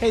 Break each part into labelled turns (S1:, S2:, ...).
S1: Hey,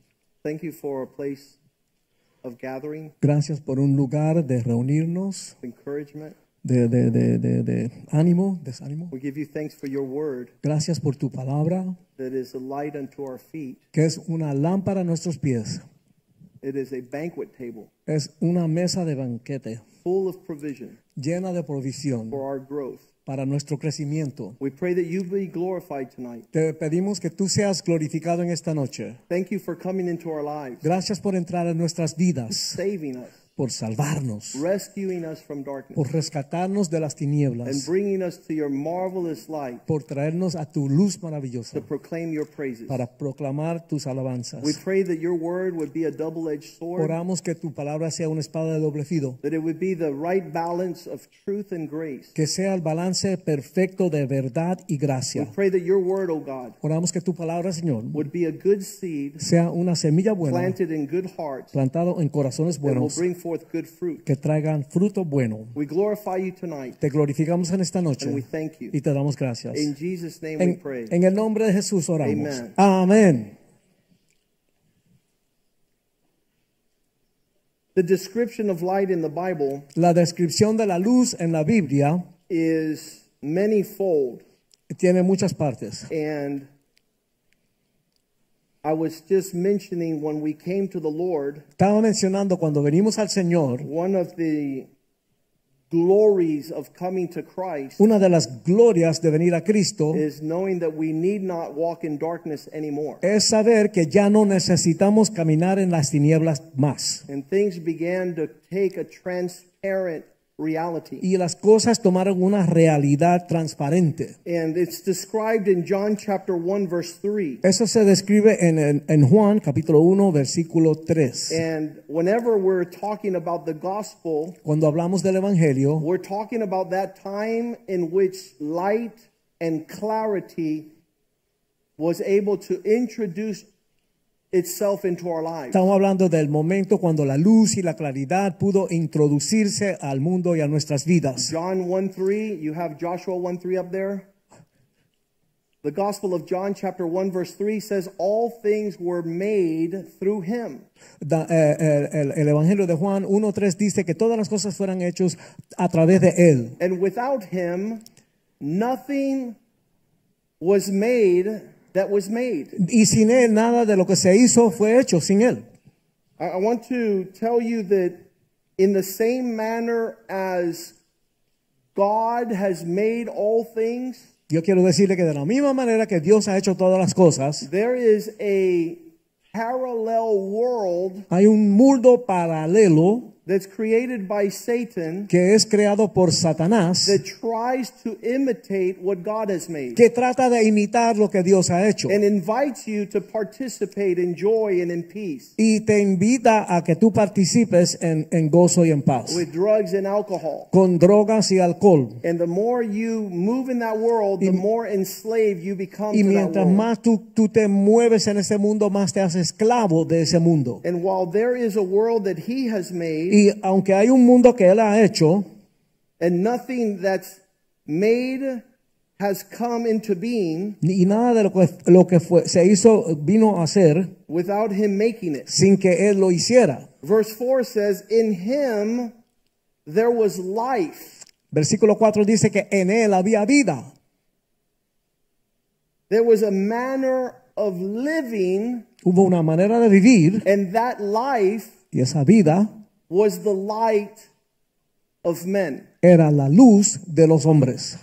S2: Thank you for a place of gathering,
S3: Gracias por un lugar de reunirnos,
S2: of encouragement.
S3: de, de- de- de- de ánimo, desánimo.
S2: We give you thanks for your word
S3: Gracias por tu palabra,
S2: that is a light unto our feet.
S3: que es una lámpara a nuestros pies,
S2: It is a banquet table
S3: es una mesa de banquete
S2: full of provision
S3: llena de provisión
S2: for our growth.
S3: para nuestro crecimiento.
S2: We pray that you be glorified tonight.
S3: Te pedimos que tú seas glorificado en esta noche.
S2: Thank you for coming into our lives,
S3: Gracias por entrar en nuestras vidas,
S2: saving us,
S3: por salvarnos,
S2: rescuing us from darkness,
S3: por rescatarnos de las
S2: and
S3: tinieblas,
S2: bringing us to your marvelous light
S3: por traernos a tu luz
S2: to
S3: maravillosa
S2: proclaim your praises.
S3: para proclamar tus
S2: We
S3: alabanzas.
S2: pray that your word would be a double edged sword,
S3: Oramos que tu palabra sea una espada de doble filo,
S2: that it would be the right balance of truth and grace.
S3: que sea el balance perfecto de verdad y
S2: We
S3: gracia.
S2: pray that your word, O God,
S3: Oramos que tu palabra, Señor,
S2: would be a good seed
S3: sea una semilla buena,
S2: planted in good hearts
S3: plantado en corazones
S2: that will
S3: buenos,
S2: bring forth good fruit.
S3: que traigan fruto bueno.
S2: We glorify you tonight
S3: Te glorificamos en esta noche
S2: and we thank you.
S3: y te damos gracias.
S2: In Jesus' name we
S3: En,
S2: pray.
S3: en el nombre de Jesús oramos.
S2: Amen.
S3: Amén.
S2: The description of light in the Bible
S3: La descripción de la luz en la Biblia
S2: is manyfold
S3: tiene muchas partes.
S2: and I was just mentioning when we came to the Lord,
S3: Estaba mencionando cuando venimos al Señor,
S2: one of the glories of coming to Christ
S3: una de las glorias de venir a Cristo
S2: is knowing that we need not walk in darkness anymore.
S3: es saber que ya no necesitamos caminar en las tinieblas más.
S2: And things began to take a transparent reality.
S3: Y las cosas tomaron una realidad transparente.
S2: And it's described in John chapter 1, verse 3.
S3: Eso se describe en, en- en Juan capítulo 1, versículo 3.
S2: And whenever we're talking about the gospel,
S3: Cuando hablamos del Evangelio,
S2: we're talking about that time in which light and clarity was able to introduce itself into our lives.
S3: estamos hablando del momento cuando la luz y la claridad pudo introducirse al mundo y a nuestras vidas.
S2: John 1 3, you have Joshua 1 3 up there. The Gospel of John, chapter 1, verse 3 says, All things were made through him.
S3: Da- eh, eh, el, el Evangelio de Juan 1.3 dice que todas las cosas fueran hechas a través de Él.
S2: And without him, nothing was made that was made.
S3: Y sin Él nada de lo que se hizo fue hecho, sin Él.
S2: I I want to tell you that in the same manner as God has made all things,
S3: Yo quiero decirle que de la misma manera que Dios ha hecho todas las cosas,
S2: there is a parallel world
S3: hay un mundo paralelo
S2: that's created by Satan
S3: que es creado por Satanás
S2: that tries to imitate what God has made
S3: que trata de imitar lo que Dios ha hecho
S2: and invites you to participate in joy and in peace
S3: y te invita a que tú participes en, en gozo y en paz
S2: with drugs and alcohol.
S3: con drogas y alcohol.
S2: And the more you move in that world, the more enslaved you become
S3: Y
S2: to that
S3: mientras
S2: world.
S3: más tú, tú te mueves en ese mundo, más te haces esclavo de ese mundo.
S2: and while there is a world that he has made,
S3: Y aunque hay un mundo que Él ha hecho
S2: and nothing that's made has come into being
S3: y nada de lo que, lo que fue, se hizo vino a ser
S2: without him making it.
S3: sin que Él lo hiciera.
S2: Verse 4 says, In him there was life.
S3: Versículo 4 dice que en él había vida.
S2: There was a manner of living,
S3: Hubo una manera de vivir
S2: and that life
S3: y esa vida
S2: was the light of men.
S3: era la luz de los hombres.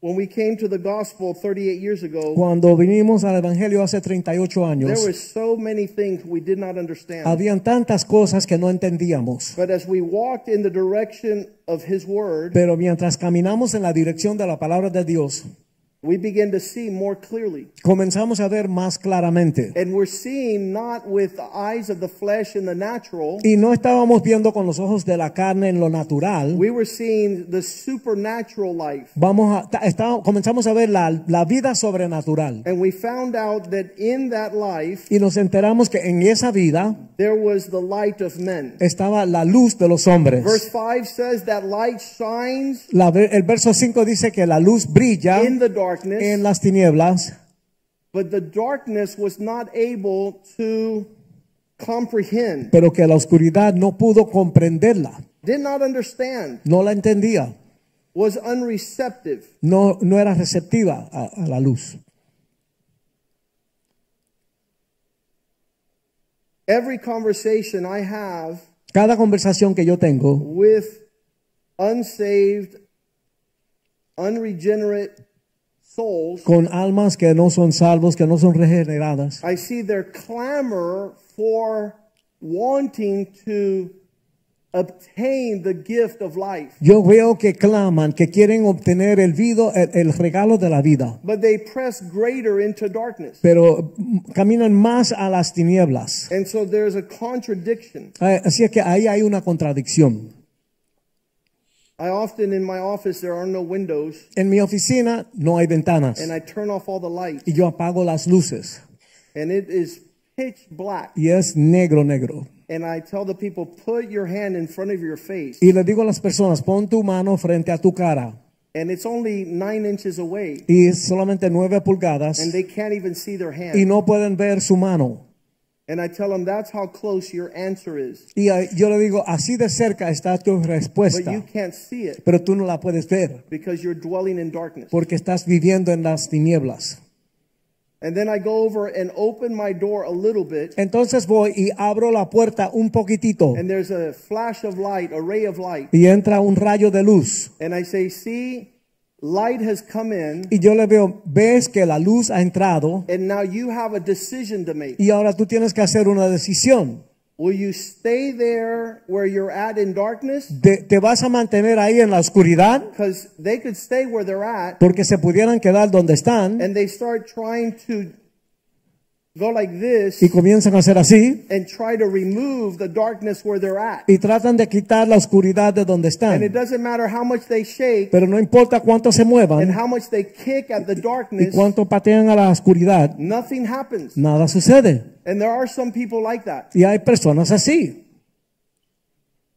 S2: When we came to the gospel 38 years ago,
S3: Cuando vinimos al Evangelio hace 38
S2: There
S3: años,
S2: were so many things we did not understand.
S3: habían tantas cosas que no entendíamos.
S2: But as we walked in the direction of His Word,
S3: Pero mientras caminamos en la dirección de la palabra de Dios,
S2: we begin to see more clearly.
S3: comenzamos a ver más claramente.
S2: And we're seeing not with the eyes of the flesh and the natural,
S3: Y no estábamos viendo con los ojos de la carne en lo natural.
S2: we were seeing the supernatural life.
S3: Vamos a, ta- está- comenzamos a ver la, la vida sobrenatural.
S2: And we found out that in that life,
S3: Y nos enteramos que en esa vida
S2: there was the light of men.
S3: estaba la luz de los
S2: Verse
S3: hombres.
S2: 5 says that light shines
S3: La ve- el verso 5 dice que la luz brilla
S2: in the darkness,
S3: en las tinieblas,
S2: but the darkness was not able to comprehend,
S3: pero que la oscuridad no pudo comprenderla,
S2: did not understand,
S3: no la entendía,
S2: was unreceptive.
S3: no, no era receptiva a, a la luz.
S2: Every conversation I have
S3: Cada conversación que yo tengo
S2: with unsaved, unregenerate souls,
S3: con almas que no son salvos, que no son regeneradas,
S2: I see their clamor for wanting to obtain the gift of life.
S3: yo veo que claman, que quieren obtener el, vido- el- el regalo de la vida.
S2: But they press greater into darkness.
S3: pero mm, caminan más a las tinieblas.
S2: And so there's a contradiction.
S3: Eh, Así es que ahí hay una contradicción.
S2: I often in my office there are no windows
S3: En mi oficina no hay ventanas
S2: and I turn off all the lights
S3: y yo apago las luces
S2: and it is pitch black
S3: y es negro, negro.
S2: and I tell the people put your hand in front of your face
S3: Y le digo a las personas, pon tu mano frente a tu cara
S2: and it's only 9 inches away
S3: y es solamente nueve pulgadas
S2: and they can't even see their
S3: y
S2: hand.
S3: no pueden ver su mano.
S2: And I tell them that's how close your answer is
S3: Y eh, yo le digo, así de cerca está tu
S2: but you
S3: respuesta,
S2: can't see it
S3: pero tú no la puedes ver
S2: because you're dwelling in darkness.
S3: porque estás viviendo en las tinieblas.
S2: And then I go over and open my door a little bit
S3: Entonces voy y abro la puerta un poquitito
S2: and there's a flash of light, a ray of light.
S3: y entra un rayo de luz.
S2: And I say, see, light has come in,
S3: Y yo le veo, ves que la luz ha entrado
S2: and now you have a decision to make.
S3: y ahora tú tienes que hacer una decisión.
S2: Will you stay there where you're at in darkness?
S3: ¿Te, te vas a mantener ahí en la oscuridad?
S2: Because they could stay where they're at,
S3: Porque se pudieran quedar donde están
S2: and they start trying to go like this
S3: y comienzan a hacer así
S2: and try to remove the darkness where they're at.
S3: y tratan de quitar la oscuridad de donde
S2: And it
S3: están.
S2: doesn't matter how much they shake
S3: Pero no importa cuánto se
S2: and
S3: muevan
S2: how much they kick at the
S3: y
S2: darkness,
S3: cuánto patean a la oscuridad,
S2: nothing happens.
S3: nada sucede.
S2: And there are some people like that.
S3: Y hay personas así.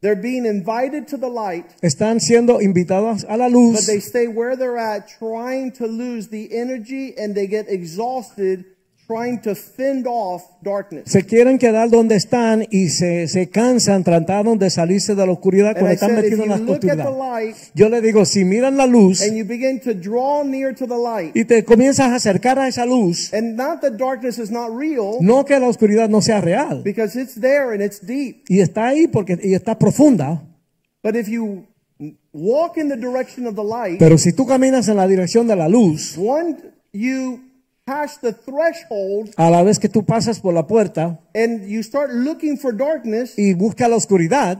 S2: They're being invited to the light,
S3: Están siendo invitadas a la
S2: But
S3: luz
S2: they stay where they're at, trying to lose the energy, and they get exhausted trying to fend off darkness.
S3: se quieren quedar donde están y se, se cansan, trataron de salirse de la oscuridad
S2: And
S3: cuando
S2: I
S3: están
S2: said, if
S3: metidos
S2: you
S3: en la
S2: look at the
S3: oscuridad.
S2: light
S3: Yo le digo, si miran la luz
S2: and you begin to draw near to the light,
S3: y te comienzas a acercar a esa luz,
S2: and not that darkness is not real,
S3: no que la oscuridad no sea real
S2: because it's there and it's deep.
S3: y está ahí porque y está profunda,
S2: But if you walk in the direction of the light,
S3: pero si tú caminas en la dirección de la luz,
S2: one, you pass the threshold
S3: a la vez que tú pasas por la puerta
S2: and you start looking for darkness,
S3: y buscas la oscuridad,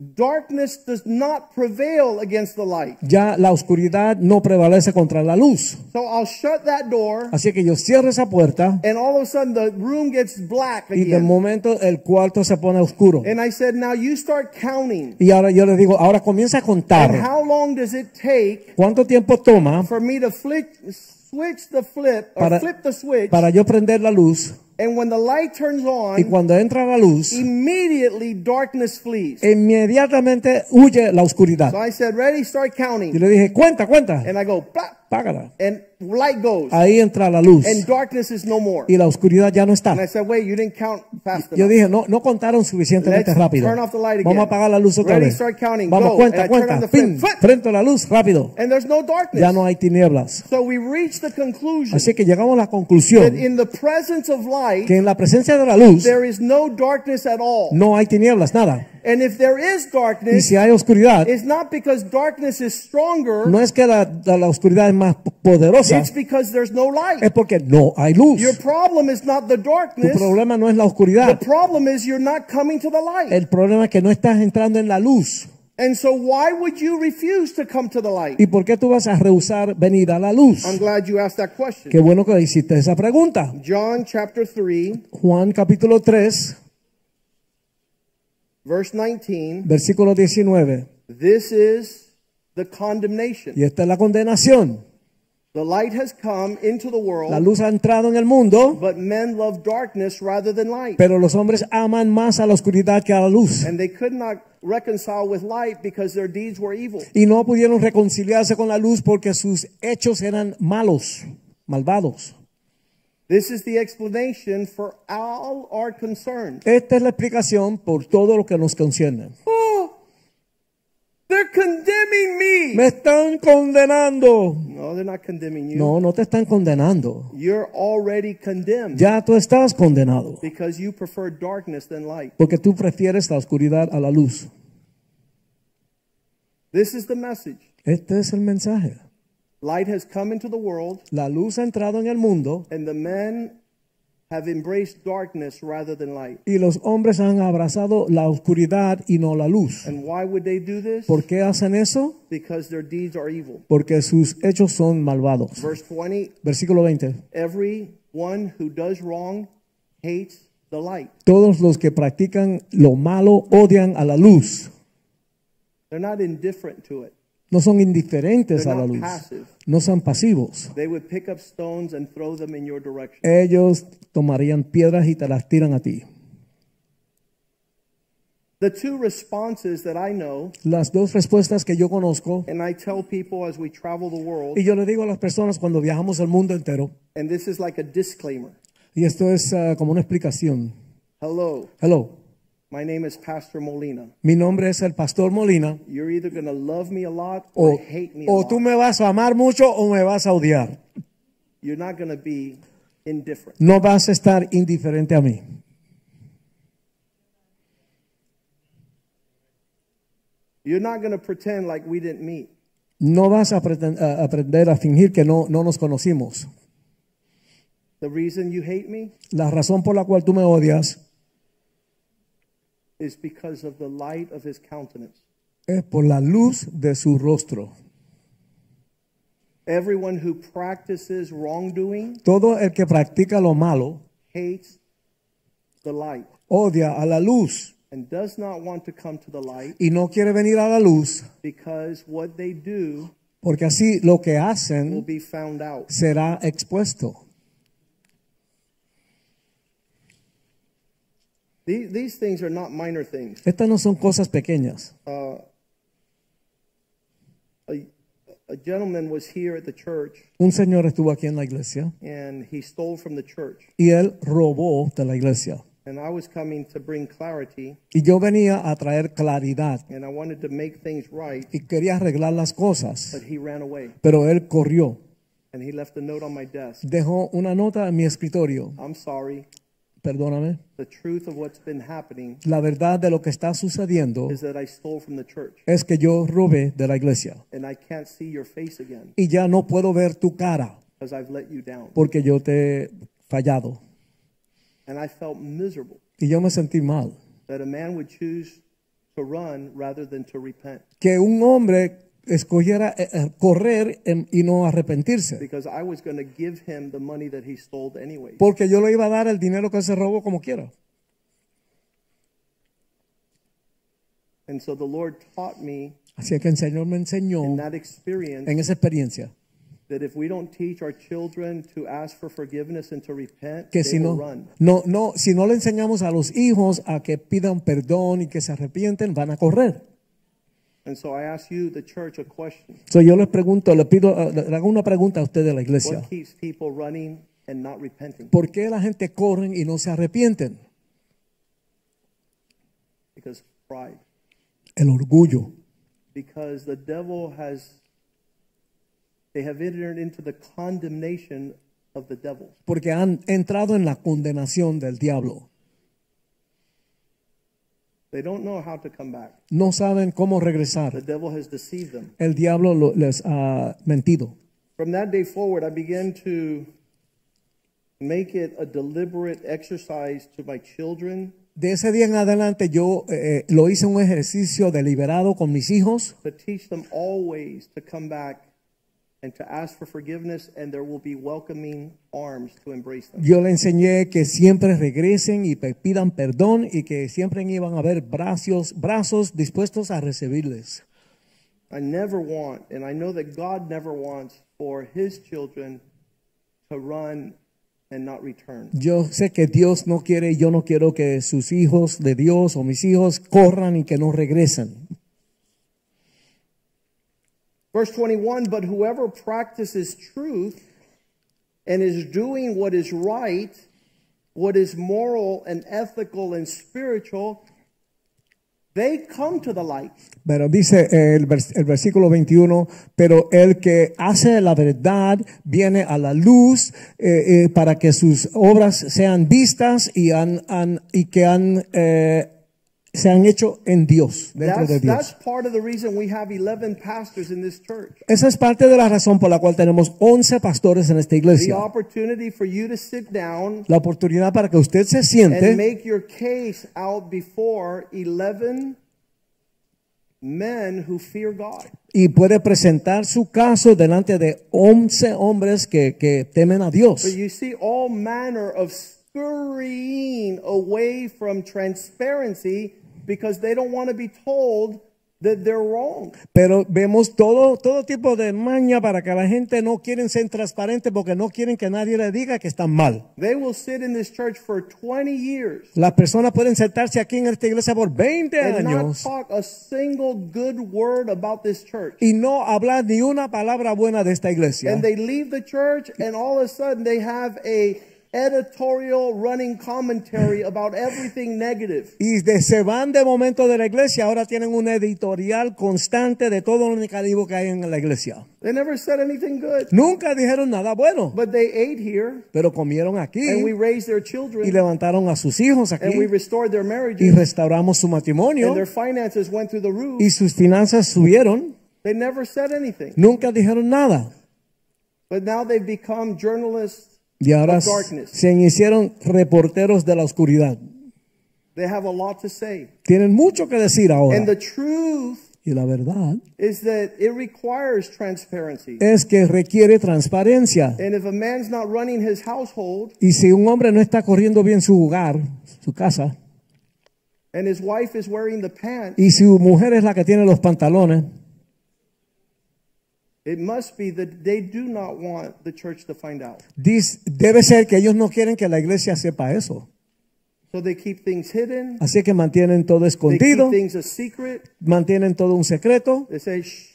S2: darkness does not prevail against the light.
S3: ya la oscuridad no prevalece contra la luz.
S2: So I'll shut that door.
S3: Así que yo cierro esa puerta
S2: And all of a sudden, the room gets black
S3: y de
S2: again.
S3: momento el cuarto se pone oscuro.
S2: And I said, now you start counting.
S3: Y ahora yo le digo, ahora comienza a
S2: And
S3: contar.
S2: how long does it take
S3: ¿Cuánto tiempo toma
S2: for me to flick, switch the flip or
S3: Para-
S2: flip the switch?
S3: para yo prender la luz?
S2: and when the light turns
S3: Y
S2: on,
S3: cuando entra la luz,
S2: immediately darkness flees.
S3: inmediatamente huye la
S2: so
S3: oscuridad.
S2: I said, ready, start
S3: Y
S2: counting.
S3: le dije, cuenta, cuenta,
S2: And I go, plop,
S3: págala.
S2: and light goes.
S3: Ahí entra la luz
S2: and darkness is no more.
S3: y la oscuridad ya no está.
S2: and I said, wait, you didn't count fast
S3: Yo
S2: enough.
S3: dije, no, no contaron suficientemente
S2: Let's
S3: rápido.
S2: turn off the light again.
S3: Vamos a apagar la luz otra
S2: Ready,
S3: vez.
S2: start counting,
S3: Vamos,
S2: go.
S3: cuenta,
S2: And I turn
S3: cuenta.
S2: on the
S3: Pin,
S2: flip. Flip.
S3: frente a la luz, rápido.
S2: and there's no darkness.
S3: Ya no hay tinieblas.
S2: so we reach the conclusion
S3: Así que llegamos a la
S2: that
S3: conclusión
S2: in the presence of light,
S3: que en la presencia de la luz
S2: There is no darkness at all.
S3: no hay tinieblas, nada.
S2: And if there is
S3: Y
S2: darkness,
S3: si hay oscuridad,
S2: it's not because darkness is stronger,
S3: No es que la, la- la oscuridad es más poderosa,
S2: it's because there's no light.
S3: es porque no hay luz.
S2: Your problem is not the
S3: Tu
S2: darkness.
S3: problema no es la
S2: The
S3: oscuridad,
S2: problem is you're not coming to the light.
S3: el problema es que no estás entrando en la luz.
S2: And so why would you refuse to come to the light?
S3: ¿Y por qué tú vas a rehusar venir a la luz?
S2: I'm glad you asked that question.
S3: Qué bueno que hiciste esa pregunta.
S2: John chapter 3,
S3: Juan capítulo 3,
S2: verse 19.
S3: versículo 19.
S2: This is the condemnation.
S3: Y esta es la condenación.
S2: The light has come into the
S3: La
S2: world,
S3: luz ha entrado en el mundo,
S2: but men love darkness rather than light.
S3: pero los hombres aman más a la oscuridad que a la luz.
S2: And they could not reconcile with light because their deeds were evil.
S3: Y no pudieron reconciliarse con la luz porque sus hechos eran malos, malvados.
S2: This is the explanation for all our concerns.
S3: Esta es la explicación por todo lo que nos concierne.
S2: Oh, they're condemning me.
S3: Me están condenando.
S2: No, they're not condemning you.
S3: No, no te están condenando.
S2: You're already condemned
S3: Ya tú estás condenado.
S2: because you prefer darkness than light.
S3: Porque tú prefieres la oscuridad a la luz.
S2: This is the message.
S3: Este es el mensaje.
S2: Light has come into the world,
S3: La luz ha entrado en el mundo
S2: and the men have embraced darkness rather than light.
S3: y los hombres han abrazado la oscuridad y no la luz.
S2: And why would they do this?
S3: ¿Por qué hacen eso?
S2: Because their deeds are evil.
S3: Porque sus hechos son malvados.
S2: Verse 20
S3: Versículo 20.
S2: Everyone who does wrong hates the light.
S3: Todos los que practican lo malo odian a la luz.
S2: They're not indifferent to it.
S3: No son indiferentes a la luz. No son pasivos.
S2: They would pick up stones and throw them in your direction.
S3: Ellos tomarían piedras y te las tiran a ti.
S2: The two responses that I know,
S3: Las dos respuestas que yo conozco,
S2: and I tell people as we travel the world,
S3: y yo le digo a las personas cuando viajamos el mundo entero,
S2: and this is like a disclaimer.
S3: y esto es ah, como una explicación.
S2: Hello,
S3: Hello,
S2: my name is Pastor Molina.
S3: mi nombre es el Pastor Molina.
S2: You're either going to love me a lot or,
S3: O,
S2: hate me a
S3: o
S2: lot.
S3: tú me vas a amar mucho o me vas a odiar.
S2: You're not going to be indifferent.
S3: No vas a estar indiferente a mí.
S2: You're not going to pretend like we didn't meet.
S3: No vas a, preten- a- a aprender a fingir que no, no nos conocimos.
S2: The reason you hate me
S3: La razón por la cual tú me odias
S2: is because of the light of his countenance.
S3: es por la luz de su rostro.
S2: Everyone who practices wrongdoing
S3: Todo el que practica lo malo
S2: hates the light
S3: odia a la luz
S2: and does not want to come to the light
S3: y no quiere venir a la luz
S2: because what they do
S3: porque así lo que
S2: will
S3: hacen
S2: be found out.
S3: será expuesto.
S2: These, these things are not minor things.
S3: Estas no son cosas pequeñas.
S2: A, a gentleman was here at the church
S3: Un señor estuvo aquí en la iglesia
S2: and he stole from the church.
S3: y él robó de la iglesia.
S2: And I was coming to bring clarity
S3: Y yo venía a traer claridad
S2: and I wanted to make things right,
S3: y quería arreglar las cosas,
S2: but he ran away
S3: pero él corrió.
S2: and he left a note on my desk.
S3: Dejó una nota en mi escritorio,
S2: I'm sorry.
S3: perdóname.
S2: The truth of what's been happening
S3: La verdad de lo que está sucediendo
S2: is that I stole from the church
S3: es que yo robé de la iglesia
S2: and I can't see your face again.
S3: y ya no puedo ver tu cara
S2: because I've let you down.
S3: porque yo te he fallado.
S2: And I felt miserable
S3: Y yo me sentí mal.
S2: that a man would choose to run rather than to repent
S3: Que un hombre escogiera eh, eh, correr em, y no arrepentirse.
S2: because I was going to give him the money that he stole anyway.
S3: Porque yo le iba a dar el dinero que se robó como quiera.
S2: And so the Lord taught me
S3: Así que el Señor me enseñó
S2: in that experience
S3: en esa experiencia
S2: that if we don't teach our children to ask for forgiveness and to repent,
S3: que
S2: they
S3: si
S2: will
S3: no,
S2: run.
S3: no, no, si no le enseñamos a los hijos a que pidan perdón y que se arrepienten, van a correr.
S2: And so I ask you, the church, a question.
S3: So yo les pregunto, le pido, eh, le hago una pregunta a ustedes de la iglesia.
S2: What keeps people running and not repenting?
S3: ¿Por qué la gente corren y no se arrepienten?
S2: Because pride.
S3: El orgullo.
S2: Because the devil has, they have entered into the condemnation of the devil.
S3: Porque han entrado en la condenación del diablo.
S2: They don't know how to come back.
S3: No saben cómo
S2: The
S3: regresar.
S2: devil has deceived them.
S3: El diablo lo- les ha mentido.
S2: From that day forward, I began to make it a deliberate exercise to my children
S3: De ese día en adelante yo eh, lo hice un ejercicio deliberado con mis hijos
S2: to teach them always to come back and to ask for forgiveness, and there will be welcoming arms to embrace them.
S3: Yo le enseñé que siempre regresen y pe- pidan perdón y que siempre iban a haber brazos, brazos dispuestos a recibirles.
S2: I never want, and I know that God never wants for his children to run and not return.
S3: Yo sé que Dios no quiere y yo no quiero que sus hijos de Dios o mis hijos corran y que no regresen.
S2: Verse 21 But whoever practices truth and is doing what is right, what is moral and ethical and spiritual, they come to the light.
S3: Pero dice el, vers- el versículo 21, pero el que hace la verdad viene a la luz eh, eh, para que sus obras sean vistas y, han- han- y que han, eh, se han hecho en Dios, dentro de
S2: That's,
S3: Dios.
S2: that's part of the reason we have 11 pastors in this church.
S3: Esa es parte de la razón por la cual tenemos 11 pastores en esta
S2: The
S3: iglesia.
S2: opportunity for you to sit down
S3: La oportunidad para que usted se
S2: and
S3: siente
S2: make your case out before 11 men who fear God.
S3: y puede presentar su caso delante de 11 hombres que, que temen a
S2: But
S3: Dios.
S2: you see all manner of scurrying away from transparency because they don't want to be told that they're wrong.
S3: Pero vemos todo, todo tipo de maña para que la gente no quieren ser transparente porque no quieren que nadie le diga que están mal.
S2: They will sit in this church for 20 years
S3: Las personas pueden sentarse aquí en esta iglesia por 20
S2: and not
S3: años
S2: talk a single good word about this church.
S3: y no hablar ni una palabra buena de esta iglesia.
S2: and they leave the church and all of a sudden they have a editorial running commentary about everything negative
S3: Y de- se van de momento de la iglesia, ahora tienen un editorial constante de todo lo negativo que hay en la iglesia.
S2: they never said anything good
S3: Nunca dijeron nada bueno,
S2: but they ate here
S3: pero comieron aquí
S2: and we raised their
S3: y
S2: children
S3: levantaron a sus hijos aquí
S2: and we restored their
S3: y
S2: marriages
S3: restauramos su matrimonio
S2: and their finances went through the roof
S3: y sus finanzas subieron.
S2: they never said anything
S3: Nunca dijeron nada.
S2: but now they've become journalists
S3: Y ahora
S2: Of darkness.
S3: se hicieron reporteros de la oscuridad.
S2: they have a lot to say
S3: Tienen mucho que decir
S2: and
S3: ahora.
S2: the truth
S3: Y la verdad
S2: is that it requires transparency
S3: es que requiere transparencia.
S2: and if a man's not running his household
S3: Y si un hombre no está corriendo bien su hogar, su casa,
S2: and his wife is wearing the pants
S3: Y su mujer es la que tiene los pantalones,
S2: It must be that they do not want the church to find out.
S3: dis- debe ser que ellos no quieren que la iglesia sepa eso.
S2: So they keep things hidden.
S3: Así que mantienen todo
S2: They keep
S3: escondido,
S2: things a secret.
S3: mantienen todo un secreto.
S2: They say, shh,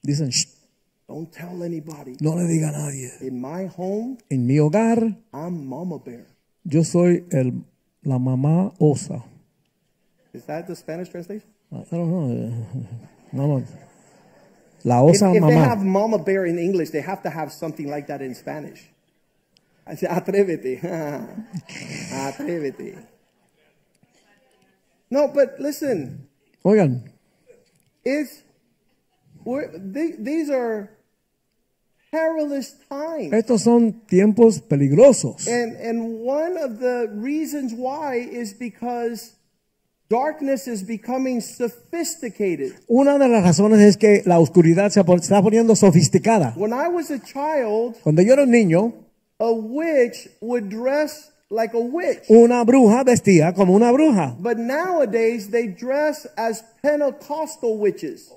S3: Dicen, "Shh,
S2: don't tell anybody.
S3: no le diga a nadie.
S2: In my home,
S3: En mi hogar,
S2: I'm mama bear.
S3: yo soy el, la mamá osa.
S2: Is that the Spanish translation?
S3: I don't know. No, no. La
S2: If,
S3: osa
S2: if they have
S3: mamá.
S2: mama bear in English, they have to have something like that in Spanish. I say, atrévete. atrévete. No, but listen,
S3: Oigan,
S2: it's, we're, the- these are perilous times.
S3: estos son tiempos peligrosos.
S2: And and one of the reasons why is because darkness is becoming sophisticated.
S3: Una de las razones es que la oscuridad se pon- se está poniendo sofisticada.
S2: When I was a child,
S3: Cuando yo era un niño,
S2: a witch would dress like a witch.
S3: una bruja vestía como una bruja.
S2: But nowadays they dress as Pentecostal witches.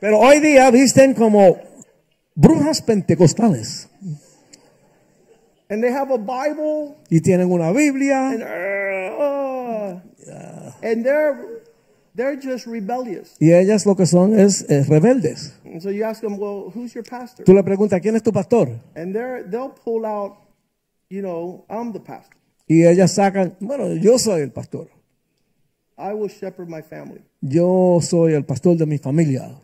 S3: Pero hoy día visten como brujas pentecostales.
S2: And they have a Bible
S3: Y tienen una
S2: and
S3: Biblia
S2: uh, and they're they're just rebellious.
S3: y ellas lo que son es, eh, rebeldes.
S2: And so you ask them, "Well, who's your pastor?"
S3: Tú le preguntas, ¿quién es tu pastor?
S2: And they're they'll pull out, you know, I'm the pastor.
S3: Y ellas sacan, bueno, yo soy el pastor.
S2: I will shepherd my family.
S3: Yo soy el pastor de mi familia.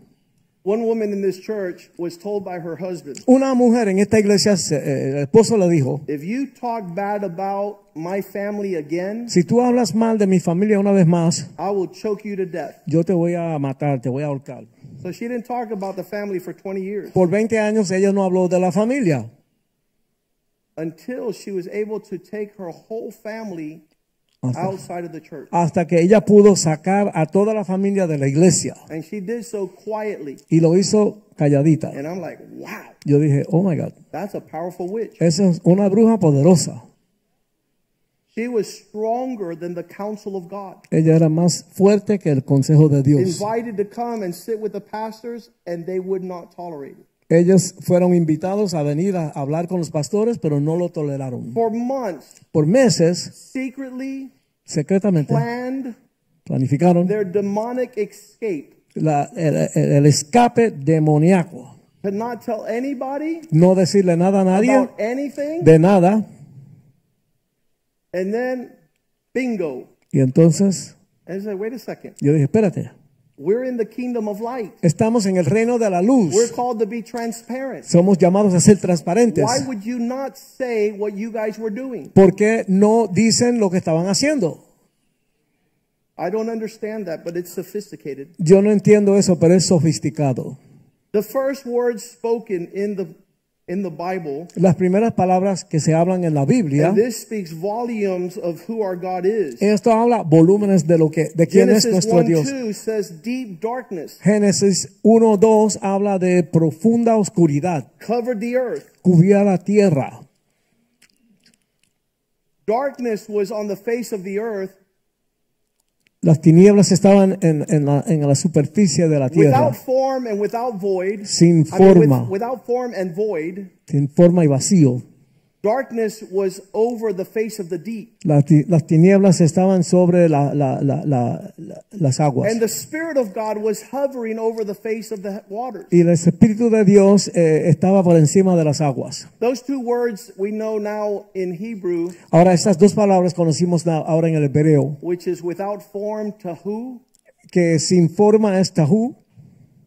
S2: One woman in this church was told by her husband,
S3: Una mujer en esta iglesia, se- eh, el esposo le dijo,
S2: If you talk bad about my family again,
S3: si tú hablas mal de mi familia una vez más,
S2: I will choke you to death.
S3: yo te voy a matar, te voy a ahorcar.
S2: So she didn't talk about the family for 20 years
S3: Por 20 años ella no habló de la familia.
S2: until she was able to take her whole family outside of the church.
S3: hasta que ella pudo sacar a toda la familia de la iglesia.
S2: And she did so quietly.
S3: Y lo hizo calladita.
S2: And I'm like, wow,
S3: Yo dije, oh my God,
S2: that's a powerful witch.
S3: esa es una bruja poderosa.
S2: She was stronger than the counsel of God.
S3: Ella era más fuerte que el consejo de Dios.
S2: Invited to come and sit with the pastors, and they would not tolerate it.
S3: Ellos fueron invitados a venir a hablar con los pastores, pero no lo toleraron.
S2: For months,
S3: Por meses,
S2: secretly
S3: secretamente,
S2: planned
S3: planificaron
S2: their demonic escape
S3: la- el, el- el escape demoníaco.
S2: to not tell anybody
S3: No decirle nada a nadie,
S2: about anything.
S3: de nada.
S2: And then, bingo.
S3: Y entonces
S2: And I said, wait a second.
S3: yo dije, espérate,
S2: We're in the kingdom of light.
S3: estamos en el reino de la
S2: We're
S3: luz.
S2: called to be transparent.
S3: Somos llamados a ser transparentes.
S2: Why would you not say what you guys were doing?
S3: ¿Por qué no dicen lo que estaban haciendo?
S2: I don't understand that, but it's sophisticated.
S3: Yo no entiendo eso, pero es sofisticado.
S2: The first words spoken in the in the Bible,
S3: Las primeras palabras que se hablan en la Biblia,
S2: and this speaks volumes of who our God is.
S3: esto habla volúmenes de lo que de quién es
S2: Genesis
S3: nuestro
S2: 1
S3: Dios.
S2: 2 says deep darkness
S3: Génesis 1:2 habla de profunda oscuridad,
S2: covered the earth.
S3: cubría la tierra.
S2: Darkness was on the face of the earth
S3: Las tinieblas estaban en, en la, en la superficie de la tierra,
S2: without form and without void.
S3: sin
S2: I mean, with-
S3: forma,
S2: without form and void.
S3: sin forma y vacío.
S2: Darkness was over the face of the deep.
S3: Las, ti- las tinieblas estaban sobre la- la- la- la- la- las aguas.
S2: And the Spirit of God was hovering over the face of the waters.
S3: Y el Espíritu de Dios eh, estaba por encima de las aguas.
S2: Those two words we know now in Hebrew,
S3: Ahora, estas dos palabras conocimos na- ahora en el hebreo,
S2: which is without form, tahu,
S3: que sin forma es tahu,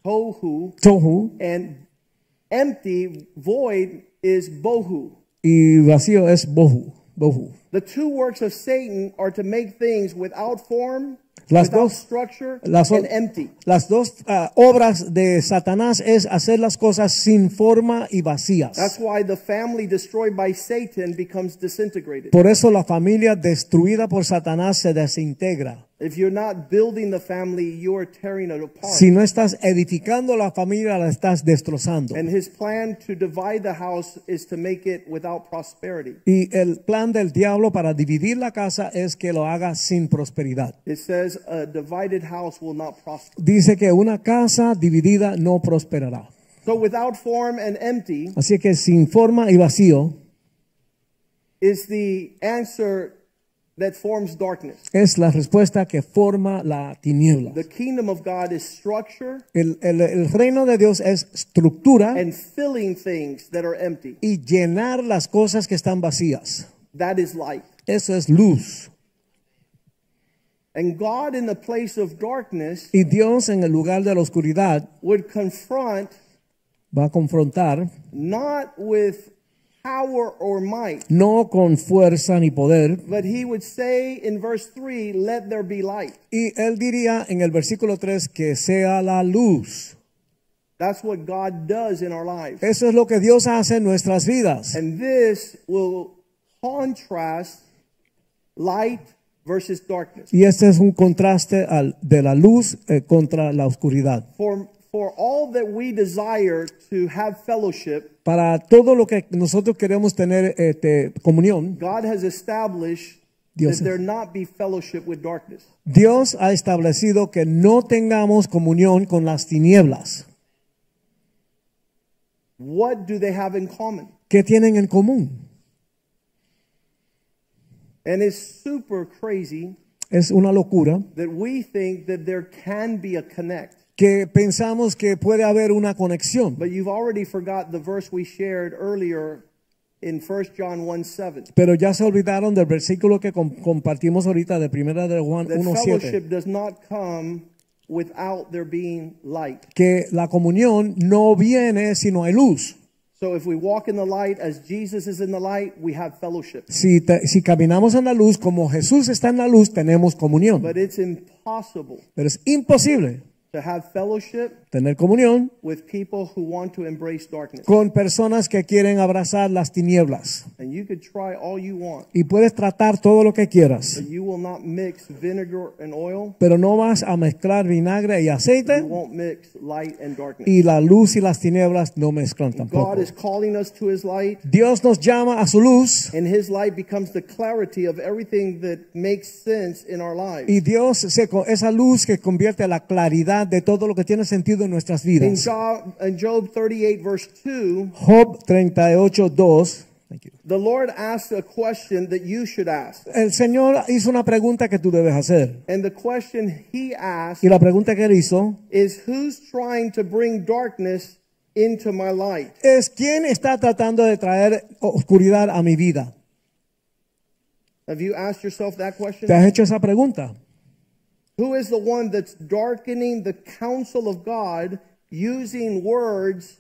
S2: tohu,
S3: tohu,
S2: and empty, void is bohu.
S3: y vacío es bohu, bohu.
S2: The two works of Satan are to make things without form,
S3: Las
S2: without
S3: dos-
S2: structure,
S3: Las, o-
S2: and empty.
S3: las dos ah, obras de Satanás es hacer las cosas sin forma y vacías.
S2: That's why the family destroyed by Satan becomes disintegrated.
S3: Por eso la familia destruida por Satanás se desintegra.
S2: If you're not building the family, you are tearing it apart.
S3: Si no estás edificando la familia, la estás destrozando.
S2: And his plan to divide the house is to make it without prosperity.
S3: Y el plan del diablo para dividir la casa es que lo haga sin prosperidad.
S2: It says a divided house will not prosper.
S3: Dice que una casa dividida no prosperará.
S2: So without form and empty
S3: Así que sin forma y vacío
S2: is the answer that forms darkness.
S3: es la respuesta que forma la tiniebla.
S2: The kingdom of God is structure
S3: El, el- el reino de Dios es estructura
S2: and filling things that are empty.
S3: y llenar las cosas que están vacías.
S2: That is light.
S3: Eso es luz.
S2: And God in the place of darkness
S3: Y Dios en el lugar de la oscuridad
S2: would confront
S3: va a confrontar
S2: not with power or might,
S3: no con fuerza ni poder.
S2: but he would say in verse 3, let there be light.
S3: Y él diría en el versículo 3 que sea la luz.
S2: That's what God does in our lives.
S3: Eso es lo que Dios hace en nuestras vidas.
S2: And this will contrast light versus darkness.
S3: Y este es un contraste al- de la luz eh, contra la oscuridad.
S2: For, for all that we desire to have fellowship,
S3: Para todo lo que nosotros queremos tener este, comunión,
S2: God has established
S3: Dios
S2: that
S3: es-
S2: there not be fellowship with darkness.
S3: Dios ha establecido que no tengamos comunión con las tinieblas.
S2: What do they have in common?
S3: ¿Qué tienen en común?
S2: And it's super crazy
S3: Es una locura
S2: that we think that there can be a connect.
S3: que pensamos que puede haber una conexión.
S2: But you've already forgot the verse we shared earlier in 1 John 1 7.
S3: Pero ya se olvidaron del versículo que com- compartimos ahorita de primera de Juan
S2: That
S3: 1.7.
S2: fellowship does not come without there being light.
S3: que la comunión no viene si no hay luz.
S2: So if we walk in the light as Jesus is in the light, we have fellowship.
S3: Si, te- si caminamos en la luz como Jesús está en la luz, tenemos comunión.
S2: But it's impossible
S3: Pero es imposible
S2: to have fellowship
S3: tener comunión
S2: with people who want to embrace darkness.
S3: con personas que quieren abrazar las tinieblas.
S2: And you could try all you want,
S3: Y puedes tratar todo lo que quieras,
S2: but you will not mix vinegar and oil.
S3: pero no vas a mezclar vinagre y aceite
S2: You won't mix light and darkness.
S3: y la luz y las tinieblas no mezclan tampoco.
S2: God is calling us to his light,
S3: Dios nos llama a su luz
S2: and his light becomes the clarity of everything that makes sense in our lives.
S3: y Dios se, co- esa luz que convierte la claridad de todo lo que tiene sentido en nuestras
S2: In
S3: vidas.
S2: Job, in Job 38, verse 2,
S3: Job 38:2
S2: the Lord asked a question that you should ask.
S3: El Señor hizo una pregunta que tú debes hacer.
S2: And the question he asked
S3: Y la pregunta que él hizo
S2: is who's trying to bring darkness into my light?
S3: es ¿quién está tratando de traer oscuridad a mi vida?
S2: Have you asked yourself that question?
S3: ¿Te has hecho esa pregunta?
S2: Who is the one that's darkening the counsel of God using words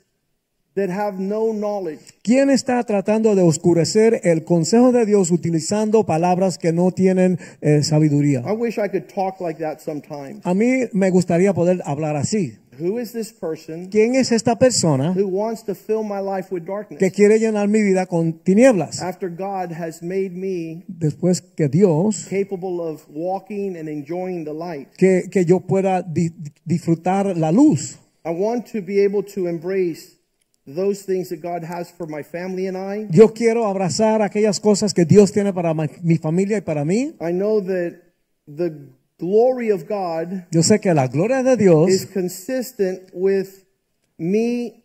S2: that have no knowledge?
S3: ¿Quién está tratando de oscurecer el consejo de Dios utilizando palabras que no tienen eh, sabiduría?
S2: I wish I could talk like that sometimes.
S3: A mí me gustaría poder hablar así.
S2: Who is this person
S3: ¿Quién es esta persona
S2: who wants to fill my life with darkness
S3: que quiere llenar mi vida con tinieblas?
S2: after God has made me
S3: Después que Dios,
S2: capable of walking and enjoying the light?
S3: que, que yo pueda di- disfrutar la luz.
S2: I want to be able to embrace those things that God has for my family and I.
S3: Yo quiero abrazar aquellas cosas que Dios tiene para ma- mi familia y para mí.
S2: I know that the glory of God
S3: Yo sé que la gloria de
S2: is
S3: Dios
S2: consistent with me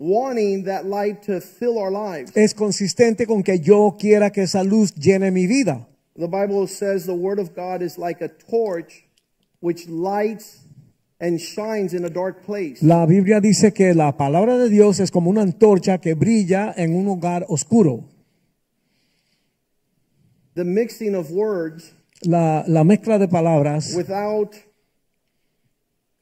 S2: wanting that light to fill our lives.
S3: es consistente con que yo quiera que esa luz llene mi vida.
S2: The Bible says the word of God is like a torch which lights and shines in a dark place.
S3: La Biblia dice que la palabra de Dios es como una antorcha que brilla en un hogar oscuro.
S2: The mixing of words
S3: La, la mezcla de palabras
S2: without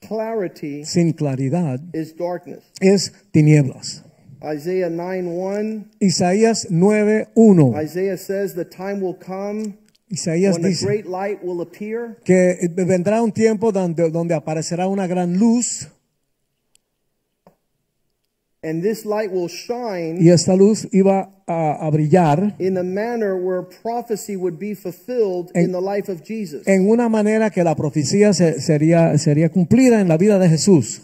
S2: clarity
S3: sin claridad
S2: is darkness.
S3: es tinieblas.
S2: Isaiah 9 1,
S3: Isaías 9:1.
S2: Isaiah says, The time will come
S3: Isaías
S2: when the
S3: dice
S2: great light will appear.
S3: que eh, vendrá un tiempo donde, donde aparecerá una gran luz
S2: And this light will shine
S3: y esta luz iba a, a brillar
S2: in a manner where prophecy would be fulfilled in the life of Jesus.
S3: en una manera que la profecía se- sería, sería cumplida en la vida de Jesús.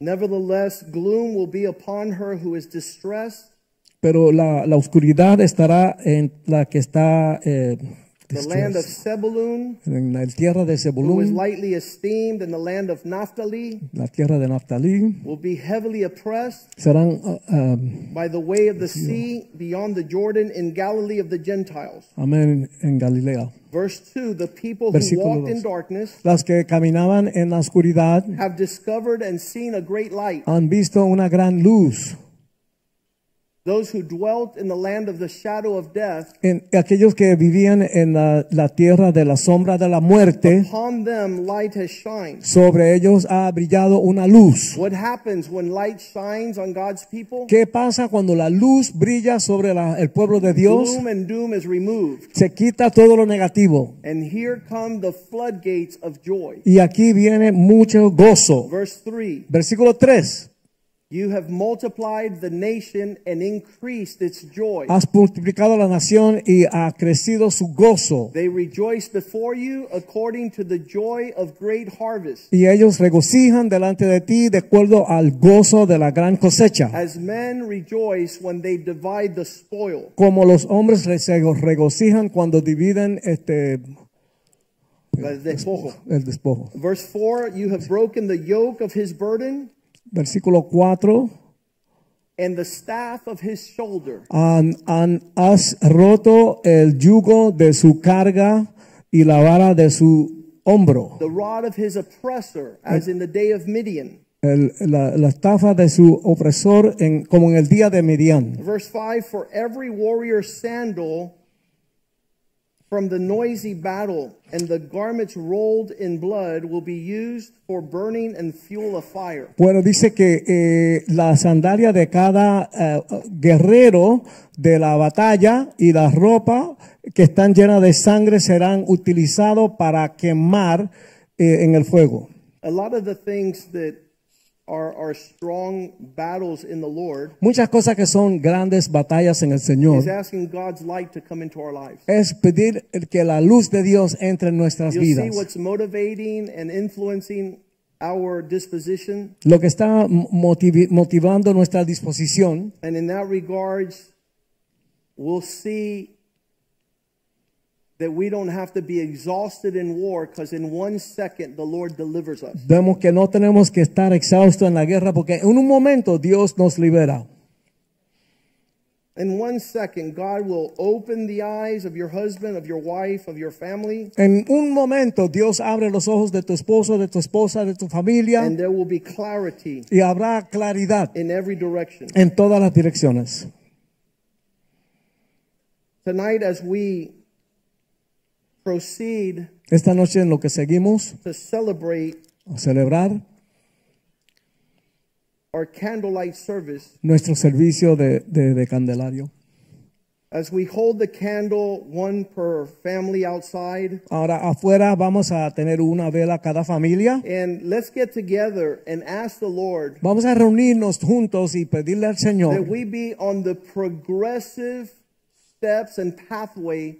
S2: Nevertheless, gloom will be upon her who is distressed.
S3: Pero la, la oscuridad estará en la que está eh,
S2: The land of Sebulun,
S3: en la tierra de
S2: who is
S3: Zebulún,
S2: lightly esteemed, and the land of Naphtali
S3: la tierra de Naftalí,
S2: will be heavily oppressed
S3: serán ah, ah,
S2: by the way of the sea beyond the Jordan in Galilee of the Gentiles.
S3: amén, en Galilea.
S2: Verse 2 The people who
S3: Versículo
S2: walked
S3: dos.
S2: in darkness
S3: Las que caminaban en la oscuridad
S2: have discovered and seen a great light.
S3: han visto una gran luz.
S2: Those who dwelt in the land of the shadow of death,
S3: En, aquellos que vivían en la, la tierra de la sombra de la muerte,
S2: upon them light has shined.
S3: sobre ellos ha brillado una luz.
S2: What happens when light shines on God's people?
S3: ¿Qué pasa cuando la luz brilla sobre la- el pueblo de Dios?
S2: Gloom and doom is removed.
S3: Se quita todo lo negativo.
S2: And here come the floodgates of joy.
S3: Y aquí viene mucho gozo.
S2: Verse 3
S3: Versículo 3.
S2: You have multiplied the nation and increased its joy.
S3: Has multiplicado la nación y ha crecido su gozo.
S2: They rejoice before you according to the joy of great harvest.
S3: Y ellos regocijan delante de ti de acuerdo al gozo de la gran cosecha.
S2: As men rejoice when they divide the spoil.
S3: Como los hombres re- se regocijan cuando dividen este,
S2: Las despojo.
S3: el despojo.
S2: Verse 4 You have broken the yoke of his burden
S3: Versículo 4.
S2: and the staff of his shoulder.
S3: Han, han- has roto el yugo de su carga y la vara de su hombro.
S2: the rod of his oppressor, as in the day of Midian.
S3: El- la, la estafa de su opresor en, como en el día de Midian.
S2: Verse 5 For every warrior's sandal from the noisy battle and the garments rolled in blood will be used for burning and fuel of fire.
S3: Bueno, dice que eh, la sandalia de cada eh, guerrero de la batalla y la ropa que están llenas de sangre serán utilizados para quemar eh, en el fuego.
S2: a lot of the things that are, are strong battles in the Lord
S3: Muchas cosas que son grandes batallas en el Señor
S2: is asking God's light to come into our lives.
S3: es pedir que la luz de Dios entre en nuestras
S2: You'll see
S3: vidas.
S2: what's motivating and influencing our disposition.
S3: Lo que está motivi- motivando nuestra disposición
S2: And in that regards, we'll see that we don't have to be exhausted in war because in one second the Lord delivers us.
S3: Vemos que no tenemos que estar exhaustos en la guerra porque en un momento Dios nos libera.
S2: In one second, God will open the eyes of your husband, of your wife, of your family,
S3: En un momento Dios abre los ojos de tu esposo, de tu esposa, de tu familia
S2: and there will be clarity
S3: y habrá claridad
S2: in every direction.
S3: en todas las direcciones.
S2: Tonight, as we proceed
S3: Esta noche en lo que seguimos
S2: to celebrate
S3: a celebrar
S2: our candlelight service,
S3: nuestro servicio de, de- de Candelario.
S2: as we hold the candle, one per family outside,
S3: Ahora afuera vamos a tener una vela cada familia.
S2: and let's get together and ask the Lord
S3: Vamos a reunirnos juntos y pedirle al
S2: that
S3: Señor
S2: we be on the progressive steps and pathway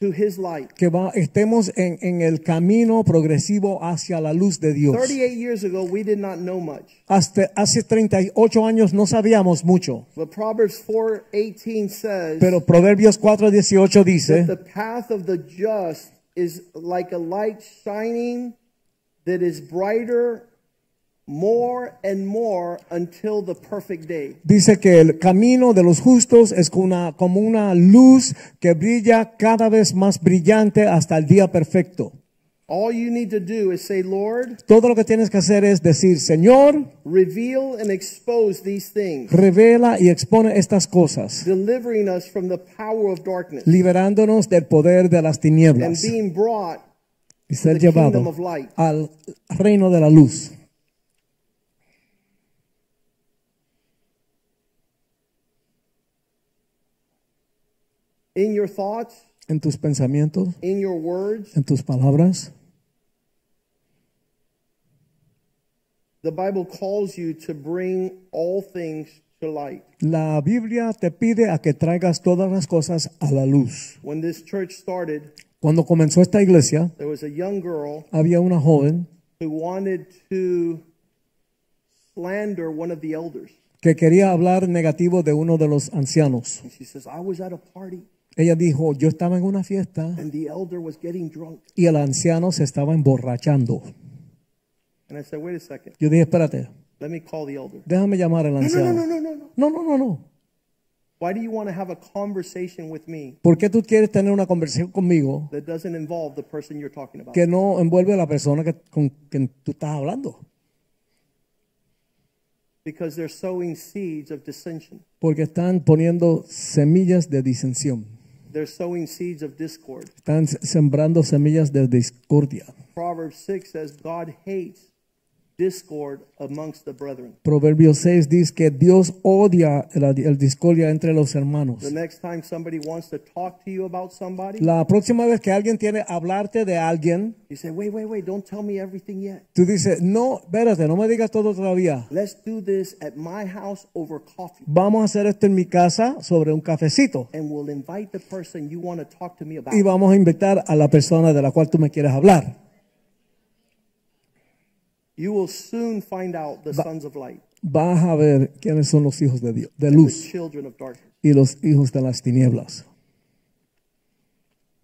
S2: to His light.
S3: que va- estemos en, en el camino progresivo hacia la luz de Dios.
S2: 38 years ago, we did not know much.
S3: Hasta hace 38 años no sabíamos mucho,
S2: But Proverbs 4:18 says
S3: pero Proverbios 4:18
S2: that
S3: dice
S2: the path of the just is like a light shining that is brighter more and more until the perfect day.
S3: dice que el camino de los justos es como una, como una luz que brilla cada vez más brillante hasta el día perfecto.
S2: All you need to do is say, "Lord,
S3: Todo lo que tienes que hacer es decir, Señor,
S2: reveal and expose these things,
S3: revela y expone estas cosas,
S2: delivering us from the power of darkness
S3: liberándonos del poder de las
S2: and
S3: tinieblas
S2: being brought
S3: y ser
S2: the kingdom
S3: llevado
S2: of light."
S3: al reino de la luz.
S2: in your thoughts,
S3: En tus pensamientos,
S2: in your words.
S3: en tus palabras,
S2: The Bible calls you to bring all things to light.
S3: La Biblia te pide a que traigas todas las cosas a la luz.
S2: When this church started,
S3: Cuando comenzó esta iglesia,
S2: there was a young girl
S3: había una joven
S2: who wanted to slander one of the elders.
S3: que quería hablar negativo de uno de los ancianos.
S2: And she says, I was at a party
S3: Ella dijo, yo estaba en una fiesta
S2: and the elder was getting drunk.
S3: y el anciano se estaba emborrachando.
S2: And I said, Wait a second,
S3: Yo dije, espérate,
S2: let me call the elder.
S3: déjame llamar al
S2: No, no,
S3: anciano.
S2: no, no, no, no.
S3: No, no, no, no.
S2: Why do you want to have a conversation with me
S3: ¿Por qué tú quieres tener una conversación conmigo
S2: that doesn't involve the person you're talking about?
S3: que no envuelve a la persona que, con quien tú estás hablando?
S2: Because they're sowing seeds of dissension,
S3: Porque están poniendo semillas de disensión.
S2: they're sowing seeds of discord.
S3: Están sembrando semillas de discordia.
S2: Proverbs 6 says, God hates discord amongst the brethren.
S3: Proverbio 6 dice que Dios odia la el discordia entre los
S2: The
S3: hermanos.
S2: next time somebody wants to talk to you about somebody,
S3: La próxima vez que alguien tiene hablarte de alguien,
S2: you say, wait, wait, wait, don't tell me everything yet.
S3: tú dices, no, espérate, no me digas todo todavía.
S2: Let's do this at my house over coffee.
S3: Vamos a hacer esto en mi casa sobre un cafecito
S2: And we'll invite the person you want to talk to me about.
S3: y vamos a invitar a la persona de la cual tú me quieres hablar.
S2: You will soon find out the sons of light,
S3: Vas a ver quiénes son los hijos de Dios, de
S2: the
S3: luz
S2: children of darkness.
S3: y los hijos de las tinieblas.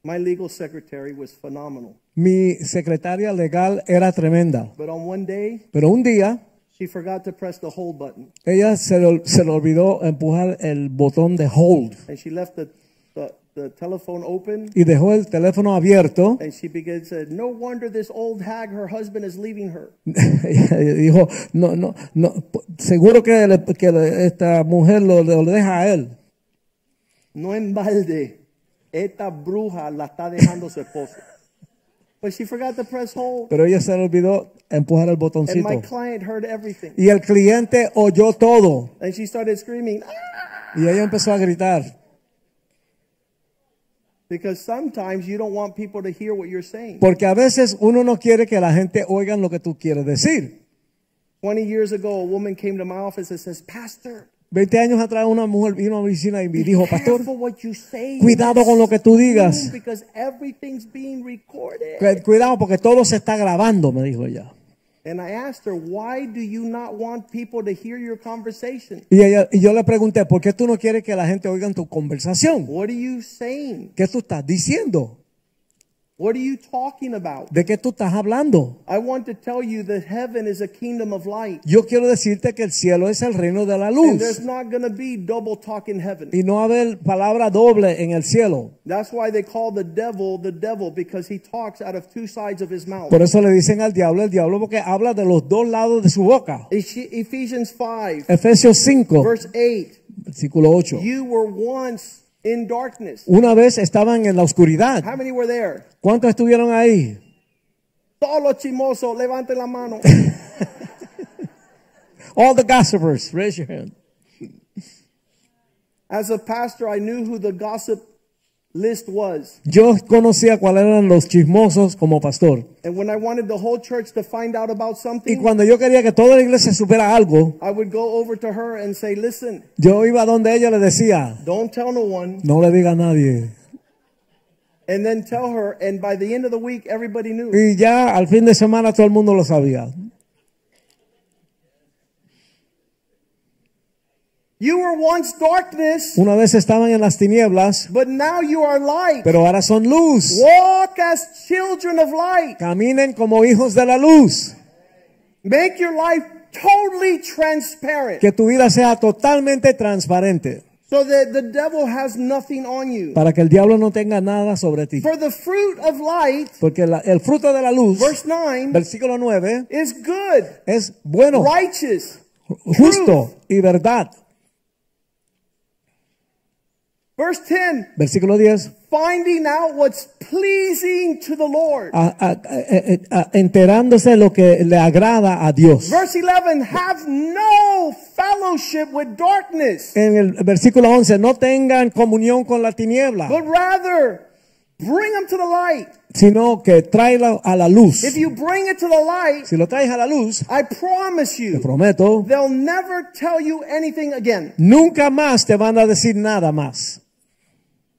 S2: My legal secretary was phenomenal.
S3: Mi secretaria legal era tremenda,
S2: But on one day,
S3: pero un día
S2: she forgot to press the hold button.
S3: ella se le, se le olvidó empujar el botón de hold.
S2: And she left the, the, the telephone open.
S3: y dejó el teléfono abierto.
S2: And she began to say, No wonder this old hag, her husband is leaving her.
S3: Ella dijo, no, no, no, po- seguro que, le- que le- esta mujer lo, lo deja a él.
S2: No en balde. Esta bruja la está dejando su esposo. But she forgot to press hold.
S3: Pero ella se le olvidó empujar el
S2: And
S3: botoncito.
S2: my client heard everything.
S3: Y el cliente oyó todo.
S2: And she started screaming. "Ah!"
S3: Y ella empezó a gritar.
S2: Because sometimes you don't want people to hear what you're saying.
S3: Porque a veces uno no quiere que la gente oigan lo que tú quieres decir.
S2: 20 years ago, a woman came to my office and says, Pastor,
S3: 20 años atrás una mujer vino a mi oficina y me dijo, pastor,
S2: careful what you say. in
S3: cuidado
S2: this
S3: con lo que tú digas.
S2: room Because everything's being recorded.
S3: cu- cuidado porque todo se está grabando, me dijo ella.
S2: And I asked her, why do you not want people to hear your conversation?
S3: Y, ella- y yo le pregunté, ¿por qué tú no quieres que la gente oiga tu conversación?
S2: What are you saying?
S3: ¿Qué tú estás diciendo?
S2: What are you talking about?
S3: ¿De qué tú estás hablando?
S2: I want to tell you that heaven is a kingdom of light.
S3: Yo quiero decirte que el cielo es el reino de la
S2: And there's
S3: luz
S2: not going to be double talk in heaven.
S3: y no va a haber palabra doble en el cielo.
S2: That's why they call the devil the devil because he talks out of two sides of his mouth.
S3: Por eso le dicen al diablo el diablo porque habla de los dos lados de su boca.
S2: Eph- Ephesians 5,
S3: Efesios 5,
S2: verse 8.
S3: versículo 8.
S2: You were once in darkness.
S3: Una vez estaban en la
S2: How
S3: oscuridad.
S2: many were there?
S3: ¿Cuántos estuvieron ahí?
S2: Todos los chimosos, levante la mano.
S3: All the gossipers, raise your hand.
S2: As a pastor, I knew who the gossip list was.
S3: Yo conocía cuáles eran los chismosos como pastor.
S2: And when I wanted the whole church to find out about
S3: Y
S2: something,
S3: cuando yo quería que toda la iglesia supiera algo,
S2: I would go over to her and say, Listen,
S3: yo iba donde ella le decía,
S2: don't tell no one.
S3: no le diga a nadie.
S2: And then tell her. And by the end of the week, everybody knew.
S3: Y ya al fin de semana todo el mundo lo sabía.
S2: You were once darkness,
S3: Una vez estaban en las tinieblas,
S2: but now you are light.
S3: pero ahora son luz.
S2: Walk as children of light.
S3: Caminen como hijos de la luz.
S2: Make your life totally transparent
S3: Que tu vida sea totalmente transparente
S2: so that the devil has nothing on you.
S3: para que el diablo no tenga nada sobre ti.
S2: For the fruit of light,
S3: Porque la- el fruto de la luz,
S2: verse 9,
S3: versículo 9,
S2: is good,
S3: es bueno,
S2: righteous.
S3: justo y verdad.
S2: Verse 10,
S3: Versículo 10,
S2: finding out what's pleasing to the Lord.
S3: a- a- a- a- enterándose de lo que le agrada a Dios.
S2: Verse 11, have no fellowship with darkness,
S3: En el versículo 11, no tengan comunión con la tiniebla,
S2: but rather bring them to the light.
S3: sino que tráela a la luz.
S2: If you bring it to the light,
S3: Si lo traes a la luz,
S2: I promise
S3: te
S2: you,
S3: prometo,
S2: they'll never tell you anything again.
S3: nunca más te van a decir nada más.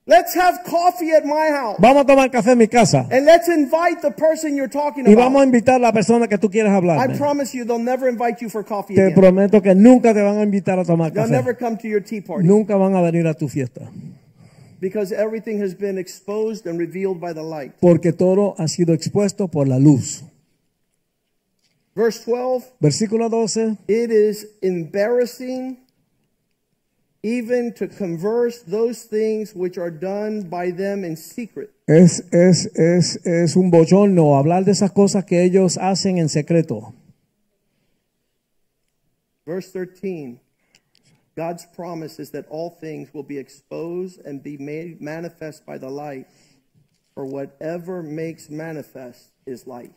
S2: Let's have coffee at my house.
S3: Vamos a tomar café en mi casa
S2: And let's invite the person you're talking
S3: y vamos a
S2: about.
S3: invitar a la persona que tú quieres
S2: I
S3: hablar.
S2: promise you, they'll never invite you for coffee
S3: Te
S2: again.
S3: prometo que nunca te van a invitar a tomar
S2: They'll never
S3: café.
S2: come to your tea party
S3: Nunca van a venir a tu fiesta.
S2: because everything has been exposed and revealed by the light.
S3: Porque todo ha sido expuesto por la luz.
S2: Verse 12
S3: Versículo 12.
S2: It is embarrassing even to converse those things which are done by them in secret.
S3: Es, es, es, es un bochorno hablar de esas cosas que ellos hacen en secreto.
S2: Verse 13 God's promise is that all things will be exposed and be made manifest by the light, for whatever makes manifest is light.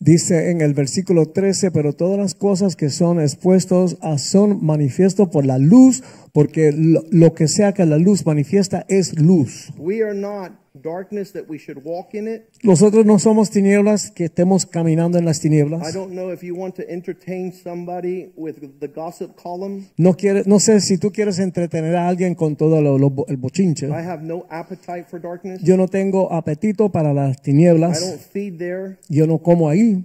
S3: Dice en el versículo 13, pero todas las cosas que son expuestas a- son manifiesto por la luz, porque lo, lo que sea que la luz manifiesta es luz.
S2: We are not darkness that we should walk in it.
S3: Nosotros no somos tinieblas que estemos caminando en las
S2: I
S3: tinieblas.
S2: don't know if you want to entertain somebody with the gossip column.
S3: No, quiere, no sé si tú quieres entretener a alguien con todo lo- lo bo- el bochinche.
S2: I have no appetite for darkness.
S3: Yo no tengo apetito para
S2: I
S3: las
S2: don't
S3: tinieblas.
S2: feed there.
S3: Yo no como ahí.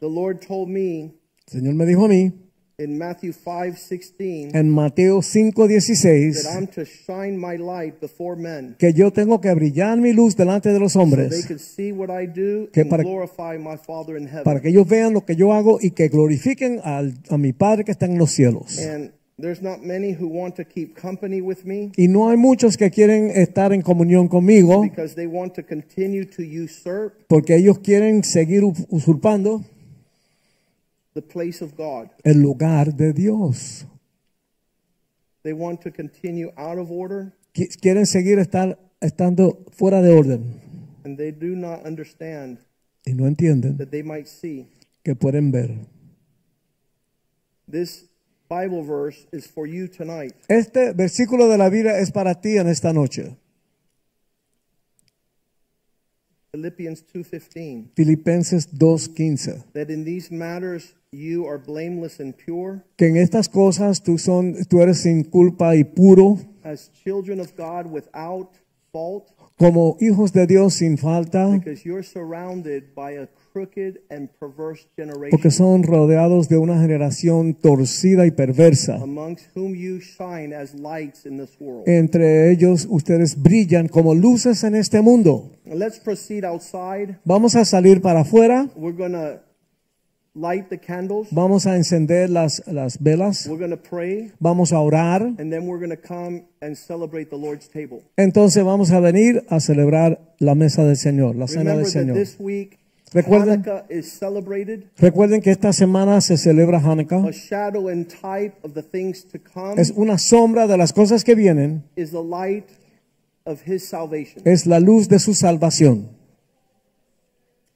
S2: The Lord told me
S3: El Señor me dijo a mí
S2: in Matthew 5:16
S3: en Mateo
S2: that
S3: 5:16
S2: I'm to shine my light before men.
S3: que yo tengo que brillar mi luz delante de los
S2: They
S3: hombres
S2: could see what I do
S3: Que
S2: and
S3: para-
S2: glorify my Father in
S3: para
S2: heaven.
S3: que ellos vean lo que yo hago y que glorifiquen al- a mi Padre que está en los cielos.
S2: And there's not many who want to keep company with me
S3: Y no hay muchos que quieren estar en comunión conmigo
S2: because they want to continue to usurp
S3: porque ellos quieren seguir u- usurpando
S2: the place of God.
S3: el lugar de Dios.
S2: They want to continue out of order
S3: Qui- Quieren seguir estar, estando fuera de orden
S2: and they do not understand
S3: y no entienden
S2: that they might see.
S3: que pueden ver.
S2: This Bible verse is for you tonight.
S3: Este versículo de la Biblia es para ti en esta noche.
S2: Philippians 2:15
S3: Filipenses 2:15,
S2: that in these matters you are blameless and pure
S3: que en estas cosas tú, son, tú eres sin culpa y puro,
S2: as children of God without fault
S3: como hijos de Dios sin falta,
S2: because you're surrounded by a crooked and perverse generation
S3: porque son rodeados de una generación torcida y perversa.
S2: amongst whom you shine as lights in this world.
S3: Eh. Entre ellos ustedes brillan como luces en este mundo.
S2: Let's proceed outside.
S3: Vamos a salir para afuera,
S2: We're going to light the candles.
S3: vamos a encender las, las velas,
S2: We're going to pray.
S3: vamos a orar,
S2: And then we're going to come and celebrate the Lord's table.
S3: entonces vamos a venir a celebrar la mesa del Señor, la cena
S2: Remember
S3: del
S2: that
S3: Señor.
S2: this week,
S3: Recuerden-
S2: Hanukkah is celebrated,
S3: Recuerden que esta semana se celebra Hanukkah.
S2: a shadow and type of the things to come
S3: Es una sombra de las cosas que vienen,
S2: is the light of His salvation.
S3: es la luz de su salvación.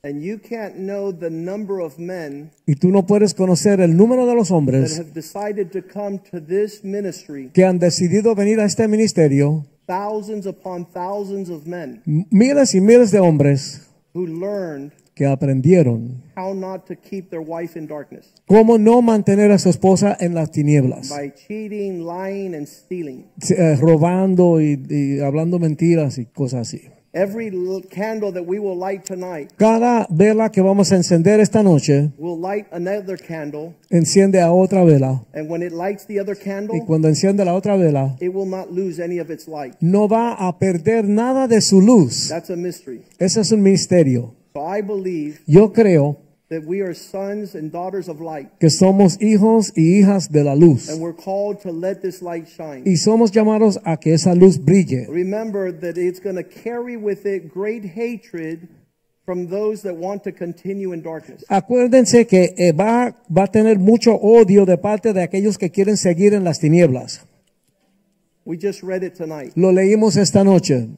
S2: And you can't know the number of men
S3: Y tú no puedes conocer el número de los
S2: that
S3: hombres
S2: have decided to come to this ministry,
S3: que han decidido venir a este ministerio,
S2: thousands upon thousands of men
S3: m- miles y miles de hombres
S2: who learned
S3: que aprendieron
S2: how not to keep their wife in darkness
S3: cómo no mantener a su esposa en las tinieblas,
S2: by cheating, lying, and stealing.
S3: eh, robando y, y hablando mentiras y cosas así.
S2: Every l- candle that we will light tonight
S3: Cada vela que vamos a encender esta noche
S2: will light another candle,
S3: enciende a otra vela
S2: and when it lights the other
S3: y
S2: candle,
S3: cuando enciende la otra vela
S2: it will not lose any of its light.
S3: no va a perder nada de su luz.
S2: That's a mystery.
S3: Ese es un misterio.
S2: So I believe
S3: Yo creo
S2: that we are sons and daughters of light,
S3: que somos hijos y hijas de la luz
S2: and we're called to let this light shine.
S3: y somos llamados a que esa luz brille.
S2: Remember that it's going to carry with it great hatred from those that want to continue in darkness.
S3: Acuérdense que eh, va, va a tener mucho odio de parte de aquellos que quieren seguir en las tinieblas.
S2: We just read it tonight.
S3: Lo leímos esta noche.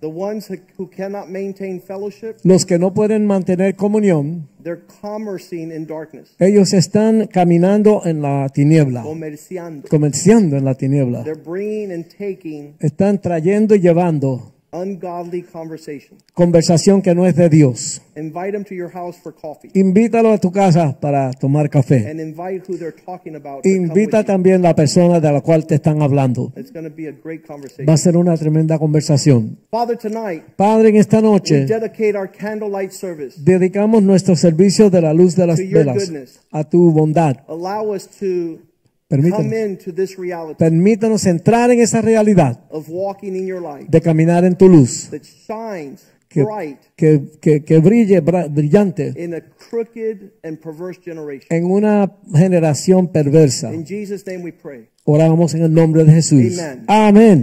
S2: The ones who- who cannot maintain fellowship,
S3: Los que no pueden mantener comunión,
S2: they're commercing in darkness.
S3: ellos están caminando en la tiniebla,
S2: Comerciando.
S3: comerciando en la tiniebla.
S2: They're bringing and taking
S3: Están trayendo y llevando
S2: ungodly conversation.
S3: conversación que no es de Dios.
S2: Invite them to your house for coffee
S3: Invítalo a tu casa para tomar café.
S2: and invite who they're talking about. to come with
S3: Invita
S2: you.
S3: también la persona de la cual te están hablando.
S2: It's going to be a great
S3: Va
S2: conversation.
S3: a ser una tremenda conversación.
S2: Father, tonight
S3: Padre, en esta
S2: we
S3: noche
S2: dedicate our candlelight service.
S3: dedicamos nuestro servicio de la luz de las
S2: To your
S3: velas
S2: goodness.
S3: a tu bondad.
S2: Allow us to come
S3: Permítanos,
S2: into this reality
S3: permítanos entrar en esa realidad
S2: of walking in your light
S3: de caminar en tu luz,
S2: that shines
S3: que,
S2: bright
S3: que, que- que brille bra- brillante
S2: in a crooked and perverse generation.
S3: en una generación perversa.
S2: In Jesus' name we pray.
S3: Oramos en el nombre de Jesús.
S2: Amen.
S3: Amén.